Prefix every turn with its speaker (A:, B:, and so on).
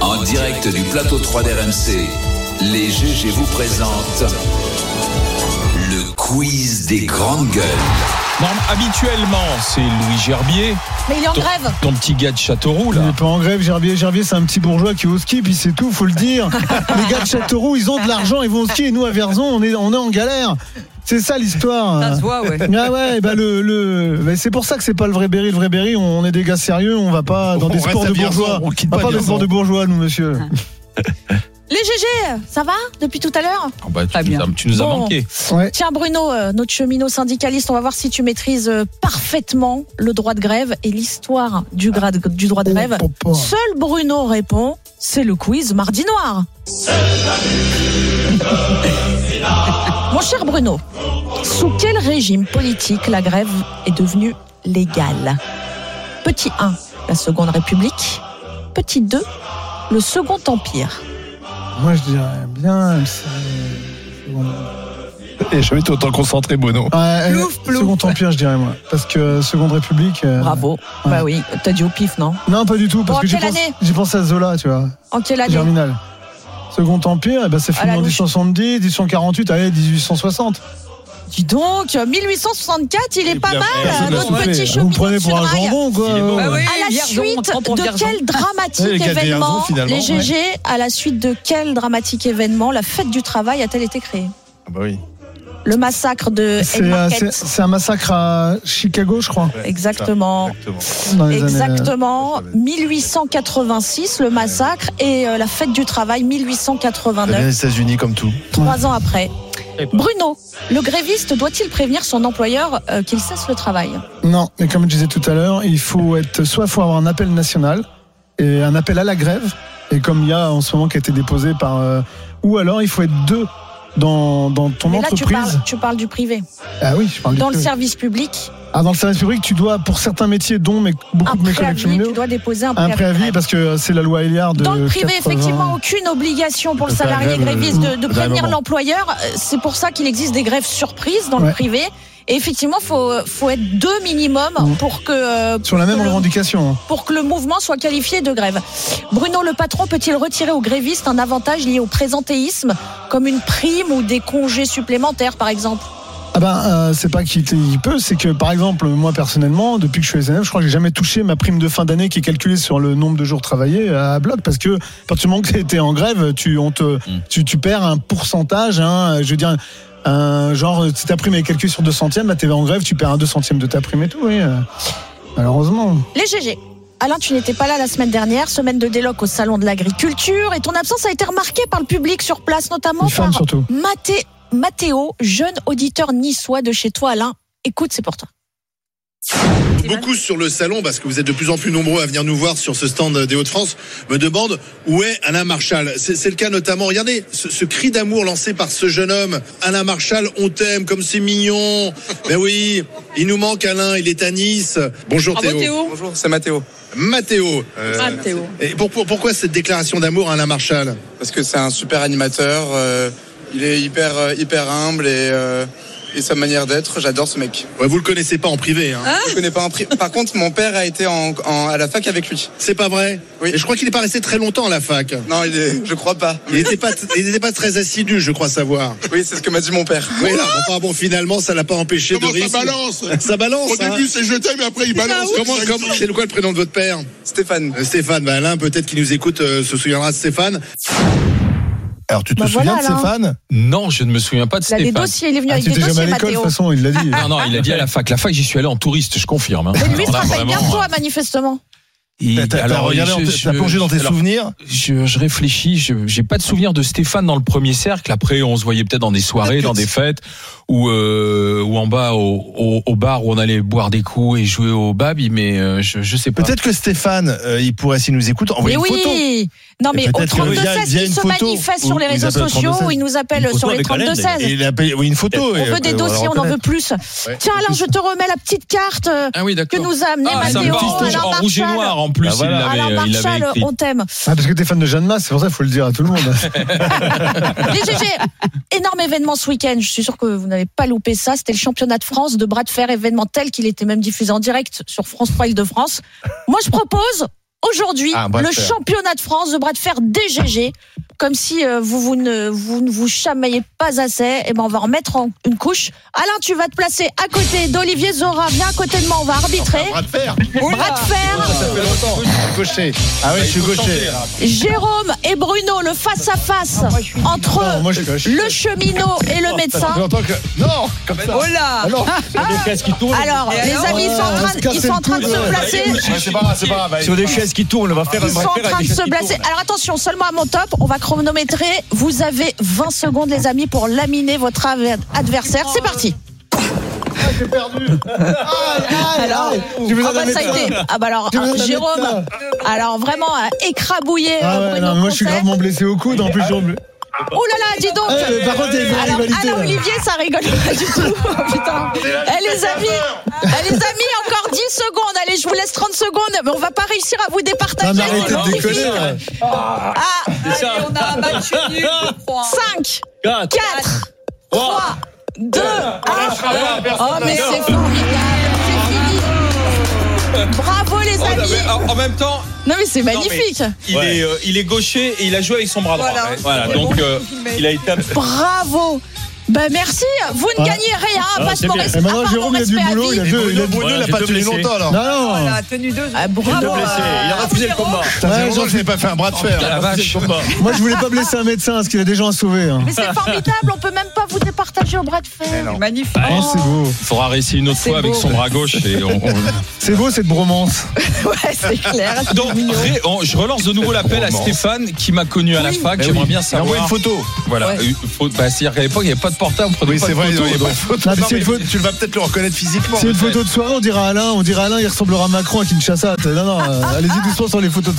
A: En direct du plateau 3 d'RMC, les GG vous présentent le quiz des grandes gueules.
B: Non, habituellement, c'est Louis Gerbier,
C: Mais il est en
B: ton,
C: grève.
B: ton petit gars de Châteauroux,
D: Il
B: là.
D: est pas en grève, Gerbier. Gerbier, c'est un petit bourgeois qui va au ski, puis c'est tout, faut le dire. Les gars de Châteauroux, ils ont de l'argent, ils vont au ski, et nous, à Verzon, on est, on est en galère. C'est ça l'histoire.
C: Ça se voit, ouais.
D: Ah ouais, bah le, le- bah c'est pour ça que c'est pas le vrai Berry. Le vrai Berry, on, on est des gars sérieux, on va pas dans
B: On
D: des
B: reste
D: sports
B: à
D: de
B: Vierzon,
D: bourgeois.
B: on quitte
D: va
B: pas
D: pas des
B: Vierzon.
D: sports de bourgeois, nous, monsieur.
C: Les GG, ça va depuis tout à l'heure
B: Ah bah, tu,
C: Pas
B: nous
C: bien.
B: as- tu nous as
C: Bon.
B: manqué.
D: Ouais.
C: Tiens Bruno, euh, notre cheminot syndicaliste, on va voir si tu maîtrises euh, parfaitement le droit de grève et l'histoire du, grade- du droit de grève.
D: Oh, oh, oh.
C: Seul Bruno répond, c'est le quiz mardi noir. Mon cher Bruno, sous quel régime politique la grève est devenue légale Petit 1, la Seconde République. Petit 2, le Second Empire.
D: Moi, je dirais bien. c'est-
B: Et jamais été autant concentré, Bono.
D: Ouais,
C: Plouf,
D: euh,
C: plouf.
D: Second Empire, je dirais, moi. Parce que Seconde République. euh,
C: Bravo. Bah oui, t'as dit au pif, non
D: Non, pas du tout. Parce
C: Bon,
D: que j'ai
C: quelle
D: pensé-
C: année
D: j'ai pensé à Zola, tu vois.
C: En quelle année
D: Germinal. Second Empire, eh ben, c'est
C: À la
D: fini en
C: louche.
D: 1870, 1848, allez, 1860.
C: Dis donc, euh, 1864, il est
B: Et
C: pas
B: puis
C: mal,
B: après,
D: eh,
C: euh,
B: personne
C: notre
B: n'a
D: Ouais,
C: petit
D: mais
C: cheminot
D: Vous me prenez
C: de
D: pour un
C: Sudrail.
D: jambon, quoi.
B: Il est bon,
D: Ouais,
B: ouais.
C: À la suite de quel
B: Ouais, les
C: dramatique
B: gars de Vierzon,
C: événement,
B: finalement,
C: les
B: ouais.
C: GG, à la suite de quel dramatique événement la fête du travail a-t-elle été créée Le massacre de
D: C'est, euh, C'est
C: Haymarket.
D: c'est un massacre à Chicago, je crois.
C: Exactement.
D: Dans les années- euh,
C: Exactement, 1886, le massacre, et euh, la fête du travail, 1889. Les États-Unis, comme tout. Trois ans après. Bruno, le gréviste doit-il prévenir son employeur euh, qu'il cesse le travail
D: Non, mais comme je disais tout à l'heure, il faut être, soit faut avoir un appel national et un appel à la grève. Et comme il y a en ce moment qui a été déposé par, euh, ou alors il faut être deux dans, dans ton
C: Mais là, tu
D: entreprise.
C: parles, tu parles du privé.
D: Ah oui, je parle du
C: Dans le
D: privé.
C: service public,
D: Ah, dans le service public, tu dois, pour certains métiers, dont mais beaucoup
C: un
D: de mes collègues
C: préavis,
D: cheminots,
C: tu dois déposer un
D: un
C: préavis.
D: préavis parce que euh, c'est la loi Eliard de
C: Dans le privé,
D: 80.
C: effectivement, aucune obligation pour le
B: faire
C: salarié
B: grève, euh,
C: gréviste de, de
B: au dernier
C: prévenir
B: moment.
C: l'employeur. Euh, C'est pour ça qu'il existe des grèves surprises dans le
D: Ouais.
C: privé. Et effectivement, faut euh, faut être deux minimum
D: Mhm.
C: pour que euh,
D: Sur la
C: pour
D: même
C: que le-
D: revendication.
C: pour que le mouvement soit qualifié de grève. Bruno, le patron peut-il retirer aux grévistes un avantage lié au présentéisme, comme une prime ou des congés supplémentaires, par exemple
D: Ah ben, euh, c'est pas qu'il t- il peut, c'est que par exemple, moi personnellement, depuis que je suis SNF, je crois que j'ai jamais touché ma prime de fin d'année qui est calculée sur le nombre de jours travaillés à bloc parce que à partir du moment que t'es en grève, tu, on te,
E: Mm.
D: tu, tu perds un pourcentage, hein, je veux dire, un, genre, si ta prime est calculée sur 2 centièmes, bah t'es en grève, tu perds un 2 centième de ta prime et tout, oui. euh, Malheureusement.
C: Les GG. Alain, tu n'étais pas là la semaine dernière, semaine de déloc au salon de l'agriculture, et ton absence a été remarquée par le public sur place, notamment
D: Les femmes
C: par
D: surtout.
C: Mathé- Mathéo, jeune auditeur niçois de chez toi, Alain. Écoute, c'est pour toi.
F: Beaucoup sur le salon, parce que vous êtes de plus en plus nombreux à venir nous voir sur ce stand des Hauts-de-France, me demandent où est Alain Marchal. C'est c'est le cas notamment, regardez, ce, ce cri d'amour lancé par ce jeune homme. Alain Marchal, on t'aime, comme c'est mignon. Ben oui, il nous manque Alain, il est à Nice. Bonjour Théo.
G: Bonjour, c'est Mathéo.
F: Mathéo. Euh, et pour- pour- pourquoi cette déclaration d'amour à Alain Marchal
G: Parce que c'est un super animateur, euh, il est hyper, euh, hyper humble et, euh, et sa manière d'être, j'adore ce mec.
F: ouais, Vous le connaissez pas en privé, hein.
G: Je connais pas un prix. Par contre, mon père a été en, en- à la fac avec lui.
F: c'est pas vrai
G: Oui.
F: Et je crois qu'il n'est pas resté très longtemps à la fac.
G: Non, il est, je crois pas.
F: Il n'était pas, il était pas très assidu, je crois savoir.
G: Oui, c'est ce que m'a dit mon père.
F: Oui, là, enfin, bon, finalement, ça l'a pas empêché
H: Comment
F: de rire.
H: ça balance
F: Ça balance.
H: Au
F: hein.
H: début, c'est je t'aime, et après, il balance.
F: Comment,
H: Ça,
F: comment- c'est quoi le prénom de votre père
G: Stéphane.
F: Euh, Stéphane, ben Alain, peut-être qu'il nous écoute, euh, se souviendra de Stéphane.
E: Alors, tu te
C: Bah
E: souviens
C: voilà,
E: de
C: Alain.
E: Stéphane
B: Non, je ne me souviens pas de
C: Il a des
B: Stéphane.
C: dossiers, il est venu
D: Ah,
C: avec
D: tu
C: des
D: étais jamais
C: dossiers,
D: à l'école, de toute
C: Mathéo.
D: façon, il l'a dit.
B: Non, non, il a dit à la fac. La fac, j'y suis allé en touriste, je confirme. hein.
C: Mais lui
B: On
C: se
B: a
C: rappelle bien
B: vraiment-
C: de toi, manifestement.
B: Et
E: T'as t'as
B: alors,
E: regardé,
B: je-
E: t'as
B: je-
E: plongé dans tes
B: alors,
E: souvenirs.
B: je, je réfléchis, je j'ai pas de souvenir de Stéphane dans le premier cercle. Après, on se voyait peut-être dans des soirées, dans des fêtes, ou euh, ou en bas au, au, au bar où on allait boire des coups et jouer au babi. Mais euh, je, je sais pas.
E: Peut-être que Stéphane, euh, il pourrait, s'il nous écoute, envoyer
C: Mais
E: une photo.
C: oui Non, mais au
E: Peut-être, euh,
C: 32
E: via-
C: 16
E: via
C: qui
E: une
C: se
E: photo,
C: manifestent
E: ou-
C: sur les
E: ils
C: réseaux
E: appellent
C: sociaux,
E: 32-16.
C: ils nous appellent sur les 32
E: Et
C: 16.
E: il a payé- oui, une photo.
B: euh,
C: On veut des dossiers, on en veut plus. Tiens, Alain, je te remets la petite carte euh,
B: Ah oui,
C: que
B: d'accord.
C: nous a amenée
B: Ah, ça me
C: Mathéo,
B: fiche
C: Alain
B: toujours en rouge et noir
C: Marchal.
B: en plus.
E: Bah voilà.
B: il l'avait- euh,
C: Alain
B: il l'avait
C: Marchal,
B: écrit.
C: on t'aime.
D: Ah, parce que t'es fan de Jeanne Masse, c'est pour ça qu'il faut le dire à tout le monde.
C: Les GG, énorme événement ce week-end. Je suis sûr que vous n'avez pas loupé ça. C'était le championnat de France de bras de fer événement tel qu'il était même diffusé en direct sur France 3 Île-de-France. Moi, je propose aujourd'hui
E: Ah, un bras de
C: le
E: fer.
C: championnat de France de bras de fer DGG. Comme si euh, vous, vous, ne, vous ne vous chamaillez pas assez, et ben on va en mettre en une couche. Alain, tu vas te placer à côté d'Olivier Zora. Viens à côté de moi, on va arbitrer.
E: Bras de fer.
C: Bras de fer,
E: Gaucher. Ah oui, je suis gaucher.
C: Jérôme et Bruno, le face-à-face entre
D: Non, moi, je suis gauche.
C: le cheminot et le médecin.
D: J'entends que. Non Comme ça
H: Oh là
D: Alors,
C: Alors,
H: Et
C: les
H: alors,
C: amis, ils sont en train,
D: on se casse
C: ils sont en train de
D: le
C: se
D: coude.
C: placer.
E: Ouais, C'est pas grave, c'est pas grave. allez.
H: Sur des chaises qui tournent, on va faire un
C: Ils sont en train de se placer. Alors attention, seulement à mon top, on va chronométrer. Vous avez 20 secondes, les amis, pour laminer votre av- adversaire. C'est parti.
D: alors Tu
C: Ah bah, ça a été. Ah bah alors,
D: J'ai besoin d'un
C: Jérôme,
D: médecin.
C: alors vraiment à écrabouiller euh,
D: Ah ouais, non, mais moi je suis gravement blessé au coude, en plus je
C: Oh là là, dis donc
D: Eh, mais par contre, il y a une vraie
C: Alors,
D: rivalité,
C: Alain
D: là.
C: Olivier, ça rigole pas du tout. Putain. Eh, les amis, eh, les amis, encore 10 secondes. Allez, je vous laisse 30 secondes, mais on va pas réussir à vous départager.
D: Non, mais arrêtez de
C: C'est magnifique.
D: déconner, là.
C: Ah,
H: Allez, on a un match nul, je crois.
C: 5, 4, 3, 2, 1. Oh, mais c'est formidable, c'est fini. Bravo, les
B: Oh, non, mais
C: amis.
B: en- en même temps,
C: Non, mais c'est magnifique.
B: il,
E: Ouais.
B: est, euh, il est gaucher et il a joué avec son bras droit.
H: Voilà.
B: Ouais. Voilà,
H: C'est
B: donc
H: bon.
B: euh, il a été abs-
C: Bravo. Bah, merci. Vous ne
D: Ouais.
C: gagnez rien. Passe
E: c'est
C: mon
E: bien.
C: respect.
D: Ah, Et
C: à
D: maintenant,
C: part
D: Jérôme,
C: mon
D: il a du
C: Ah, respect à
D: boulot,
C: vie.
D: il a deux. il a
E: Bruno,
D: deux-
E: Bruno,
D: Non,
E: il n'a
D: n'a
E: pas tenu longtemps alors.
D: non
H: Voilà, tenu deux.
C: Ah, bravo.
E: Blessé, il a refusé le combat.
D: Ouais,
E: Ça fait
D: Jean-
E: longtemps que je n'ai pas fait un bras de fer. Il a refusé le combat.
D: Moi je voulais pas blesser un médecin parce qu'il a des gens à sauver. hein.
C: Mais c'est formidable, on peut même pas vous départager au bras de fer.
H: Magnifique.
D: Oh, c'est beau.
B: Il faudra réessayer une autre
H: C'est
B: fois avec
H: beau.
B: son bras gauche. Et on- on-
D: C'est beau cette bromance.
C: Ouais, c'est clair.
H: Ah,
B: Donc, ré- on- je relance de nouveau l'appel à Stéphane qui m'a connu à la fac. J'aimerais bien
E: Bah Il a envoyé
B: savoir.
E: une photo.
B: Voilà.
H: Ouais.
B: Euh, faut- bah, C'est-à-dire qu'à l'époque, il n'y avait pas de portable. On prenait
E: Oui,
B: pas
E: c'est
B: de
E: vrai, il
B: photos,
E: n'y a
B: donc-
E: pas de photo.
D: Ah, mais
E: Non,
D: c'est
E: mais
D: une photo-
E: Tu vas peut-être le reconnaître physiquement.
D: C'est une photo de soirée, on dira Alain, on dira Alain, il ressemblera à Macron à Kinshasa. Non, non, euh, allez-y doucement sur les photos de soirée.